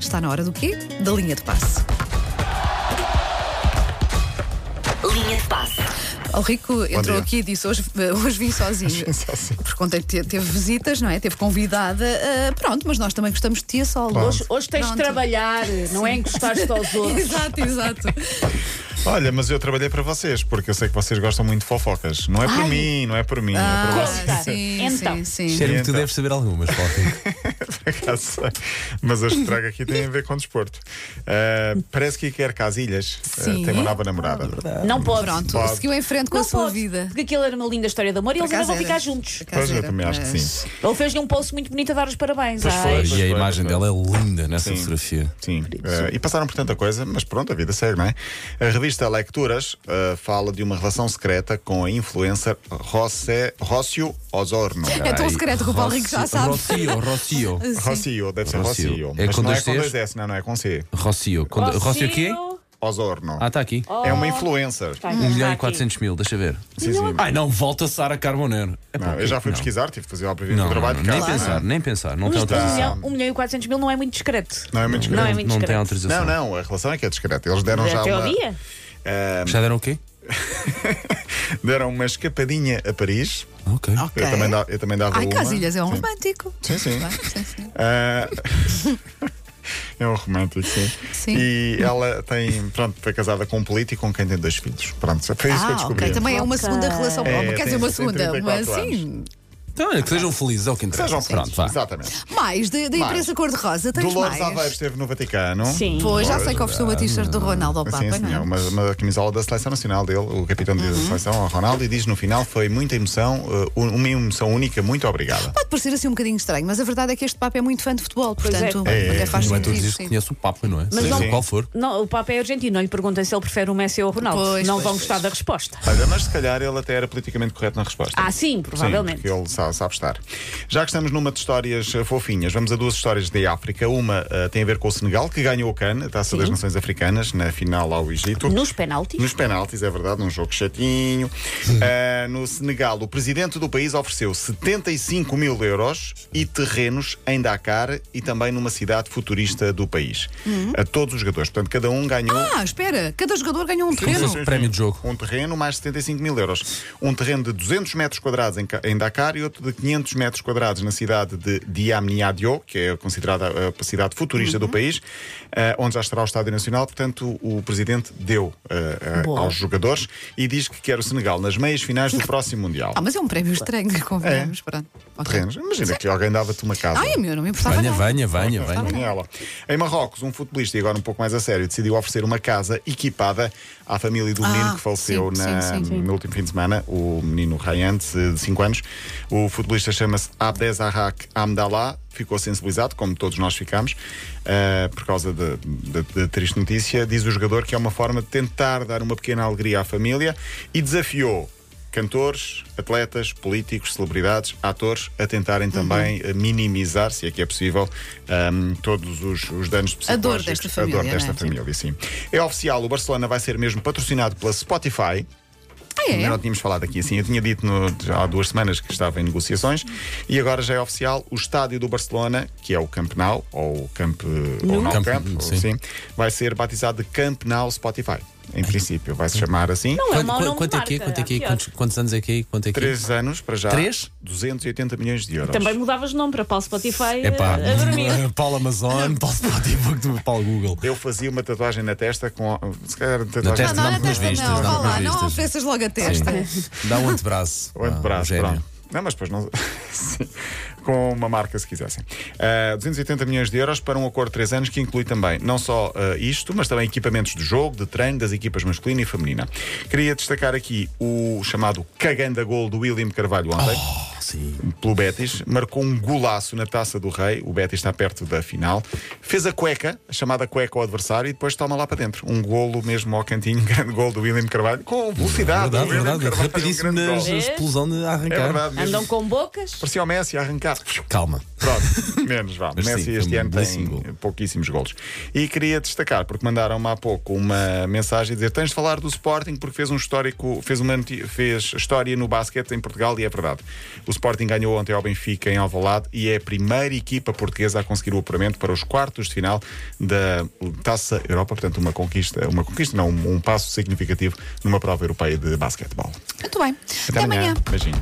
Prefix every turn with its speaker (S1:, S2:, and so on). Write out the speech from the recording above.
S1: Está na hora do quê? Da linha de passe.
S2: Linha de passe.
S1: O Rico entrou
S3: dia.
S1: aqui e disse: Hoje, eh, hoje vim sozinho.
S3: vim sozinho.
S1: Por conta que te- teve visitas, não é? Teve convidada. ah, pronto, mas nós também gostamos de ti a solo.
S3: Claro.
S1: Hoje-
S4: Hoje tens
S1: Pronto.
S4: de trabalhar, não é encostar-te aos outros.
S1: exato, exato.
S3: Olha, mas eu trabalhei para vocês, porque eu sei que vocês gostam muito de fofocas. Não é por
S4: Ai.
S3: mim, não é por mim, é
S1: Ah.
S3: por vocês.
S4: Conta.
S1: sim,
S4: Então.
S1: sim, sim.
S5: Cheiro-me que tu
S3: Então.
S5: deves saber algumas, Paulo. Rico.
S3: Por acaso sei. Mas as que trago aqui têm a ver com desporto. Ah, parece que quer Casilhas ah,
S1: Sim.
S3: tem uma nova namorada.
S4: Não pode.
S1: Pronto,
S3: Pode.
S1: seguiu em frente com
S4: Não
S1: a sua
S4: pode,
S1: vida.
S4: Porque aquilo era uma linda história de amor e
S1: Por
S4: eles ainda
S1: acaso
S4: vão
S1: era.
S4: ficar juntos.
S1: Por acaso
S3: Pois eu
S1: era,
S3: também acho que
S1: mas-
S3: sim.
S4: Ele fez-lhe um post muito bonito a dar os parabéns.
S3: Pois
S4: Ai,
S3: foi.
S5: E a imagem
S3: pois.
S5: dela é linda nessa
S3: Sim.
S5: fotografia.
S3: Sim, eh, e passaram por tanta coisa, mas pronto, a vida segue, não é? A revista Lecturas eh, fala de uma relação secreta com a influencer José, Rócio Osorno.
S1: É tão secreto que o Paulo Rico já sabe.
S5: Rocio, Rocio.
S3: Rocio, deve ser
S5: Rocio.
S3: Rocio.
S5: É
S3: mas
S5: com
S3: não é
S5: dois
S3: com
S5: Cs?
S3: dois S, não, não, é com C.
S5: Rocio. Quando- Rocio o quê?
S3: Osorno.
S5: Ah, está aqui.
S3: É uma influencer.
S4: Tá,
S5: 1 milhão
S4: está
S5: e
S4: aqui.
S5: 400 mil, deixa ver.
S3: Sim, sim.
S5: Ai, não, volta Sara Carbonero. É
S3: Não,
S5: pá,
S3: eu já fui
S5: não.
S3: pesquisar, tive de fazer lá para vir
S5: Não,
S3: o trabalho
S5: não,
S3: de
S5: nem
S3: casa.
S5: pensar, nem pensar. Não tem
S4: Isto, um,
S5: autorização.
S4: milhão, um milhão e 400 mil não é muito discreto.
S3: Não é muito
S4: Não é
S3: discreto.
S4: muito
S5: Não tem
S4: discreto.
S3: Não,
S5: autorização.
S3: não, a relação é que é discreta. Eles deram já
S4: Até ao
S3: uma.
S4: dia?
S3: eh,
S5: Já deram o quê?
S3: deram uma escapadinha a Paris.
S5: Ah, Ok.
S1: Ok.
S3: Eu, também dava, eu também dava
S1: Ai,
S3: uma.
S1: Casilhas, é um
S3: Sim.
S1: romântico.
S3: Sim, sim.
S1: Vai, sim, sim.
S3: Ah, é um romântico, sim.
S1: Sim.
S3: E ela tem, pronto, foi casada com um político com quem tem dois filhos. Pronto, foi isso que eu
S1: Ah,
S3: descobri.
S1: ok. Também é uma segunda
S4: Ok.
S1: relação.
S3: É,
S1: Quer
S3: tem-
S1: dizer, uma
S3: tem
S1: segunda.
S3: 34
S1: Mas sim.
S5: Então, olha, que sejam felizes, é o que interessa.
S1: assim.
S3: Sejam
S5: Pronto,
S3: pronto,
S5: vá.
S3: Exatamente.
S1: Mais, da da imprensa cor-de-rosa, tens
S3: Dolores Aveiro
S1: mais.
S3: esteve no Vaticano.
S4: Sim.
S1: Pois, ah, já
S3: Dolores
S1: sei que ofereceu uma t-shirt do Ronaldo ao Papa,
S3: Sim,
S1: não é?
S3: senhor. Uma, uma camisola da seleção nacional dele, o capitão da
S4: Uhum.
S3: seleção, o Ronaldo, e diz no final: foi muita emoção, eh, un- uma emoção única, muito obrigada.
S1: Pode parecer assim um bocadinho estranho, mas a verdade é que este Papa é muito fã de futebol, portanto,
S3: é.
S1: até
S3: É,
S1: faz
S5: Não é tu
S1: sentido.
S5: dizes que
S1: sim.
S5: conhece o Papa, não é?
S4: Mas
S5: Seja
S3: não-
S5: qual for.
S4: Não, o Papa é argentino, não lhe perguntei se ele prefere o Messi ou o Ronaldo.
S1: Pois,
S4: não
S1: pois,
S4: vão
S1: pois.
S4: gostar da resposta.
S3: Olha, mas se calhar ele até era politicamente correto na resposta.
S4: Ah, sim, provavelmente.
S3: Sim, porque ele sabe, sabe estar. Já que estamos numa de histórias eh, fofinhas, vamos a duas histórias da África. Uma eh, tem a ver com o Senegal, que ganhou o CAN, a Taça das Nações Africanas, na final ao Egito.
S4: Nos penaltis.
S3: Nos penaltis, é verdade, num jogo chatinho. Ah, no Senegal, o presidente do país ofereceu 75 mil euros e terrenos em Dakar e também numa cidade futurista do país. A todos os jogadores. Portanto, cada um ganhou.
S1: Ah, espera, cada jogador ganhou um terreno.
S5: sim. Prémio de jogo.
S3: Um terreno mais 75 mil euros. Um terreno de 200 metros quadrados em, Ca- em Dakar e outro de 500 metros quadrados na cidade de Diamniadio, que é considerada eh, a cidade futurista
S1: Uhum.
S3: do país, eh, onde já estará o Estádio Nacional. Portanto, o presidente deu eh, eh,
S4: Boa.
S3: aos jogadores e diz que quer o Senegal nas meias finais do próximo Mundial.
S1: Ah, mas é um prémio estranho, convenhamos. Pronto. ok.
S3: Terrenos. Imagina que alguém dava-te uma casa.
S1: Ai, meu, tá não me importava.
S5: Venha,
S1: nada.
S5: venha, venha,
S3: Está
S5: venha.
S3: bem ela. Em Marrocos, um futebolista, e agora um pouco mais a sério, decidiu oferecer uma casa equipada à família do
S1: Ah,
S3: menino que faleceu
S1: sim,
S3: na-
S1: sim, sim.
S3: no último fim de semana, o menino Rayan, de 5 anos. O futebolista chama-se Abdesahak Amdallah, ficou sensibilizado, como todos nós ficamos, eh, por causa da- da da triste notícia. Diz o jogador que é uma forma de tentar dar uma pequena alegria à família e desafiou. Cantores, atletas, políticos, celebridades, atores a
S1: Uhum.
S3: tentarem também eh, minimizar, se é que é possível, ehm, todos os, os danos psicológicos.
S1: A dor desta família,
S3: A dor desta
S1: não é?
S3: família, sim. É oficial, o Barcelona vai ser mesmo patrocinado pela Spotify.
S1: Ah,
S3: Ainda não
S1: é?
S3: tínhamos falado aqui assim. Eu tinha dito no- já há duas semanas que estava em negociações e agora já é oficial. O estádio do Barcelona, que é o Camp Nou, ou o Camp, ou não
S5: Camp,
S3: Camp, ou
S5: sim.
S3: sim, vai ser batizado de Camp Nou Spotify. Em princípio, vai se chamar assim.
S4: Não é
S5: Quanto,
S4: mau
S5: quanto,
S4: nome
S5: quanto
S4: de
S5: é que é?
S4: marca,
S5: Quanto é que é?
S4: pior.
S5: Quantos, quantos anos é que é? Quanto é que é?
S3: Três anos para já.
S5: Três?
S3: 280 milhões de euros.
S4: Também mudavas de nome para Paulo Spotify
S5: É pá,
S4: Eh, a dormir.
S5: Paulo Amazon, Paulo Spotify, Paulo Google.
S3: Eu fazia uma tatuagem na testa com. Se calhar, tatuagem
S5: testa
S1: Ah, Não, na
S5: Não, com as
S1: testa
S5: vistas,
S1: não,
S5: não,
S1: vá
S5: com as
S1: lá, não
S5: vistas.
S1: ofereças logo a testa.
S5: Dá um antebraço.
S3: O antebraço,
S5: Ah, um gênio.
S3: é pronto. Não, mas depois não. Sim. Com uma marca, se quisessem. Ah, 280 milhões de euros para um acordo de 3 anos que inclui também não só ah, isto, mas também equipamentos de jogo, de treino das equipas masculina e feminina. Queria destacar aqui o chamado caganda gol do William Carvalho ontem
S5: Oh, sim.
S3: pelo Betis, marcou um golaço na Taça do Rei, o Betis está perto da final, fez a cueca, a chamada cueca ao adversário e depois toma lá para dentro. Um golo mesmo ao cantinho, grande golo do William Carvalho, com velocidade.
S5: Verdade,
S3: o Ah, William
S5: verdade.
S3: Carvalho,
S5: Rapidíssimo
S3: um
S5: na
S3: grande golo.
S5: na explosão de
S3: É
S5: arrancar.
S3: verdade, mesmo.
S4: Andam com bocas.
S3: Parecia o Messi a arrancar.
S5: Calma.
S3: Pronto, menos vá. O
S5: Mas sim,
S3: Messi
S5: foi
S3: este
S5: um
S3: ano tem
S5: belíssimo gol.
S3: pouquíssimos golos. E queria destacar, porque mandaram-me há pouco uma mensagem a dizer: tens de falar do Sporting porque fez um histórico, fez, uma, noti- fez história no basquete em Portugal e é verdade. O Sporting ganhou ontem ao Benfica em Alvalade e é a primeira equipa portuguesa a conseguir o apuramento para os quartos de final da Taça Europa. Portanto, uma conquista, uma conquista não, um, um passo significativo numa prova europeia de basquetebol.
S1: Muito bem. Até, amanhã.
S3: Beijinho.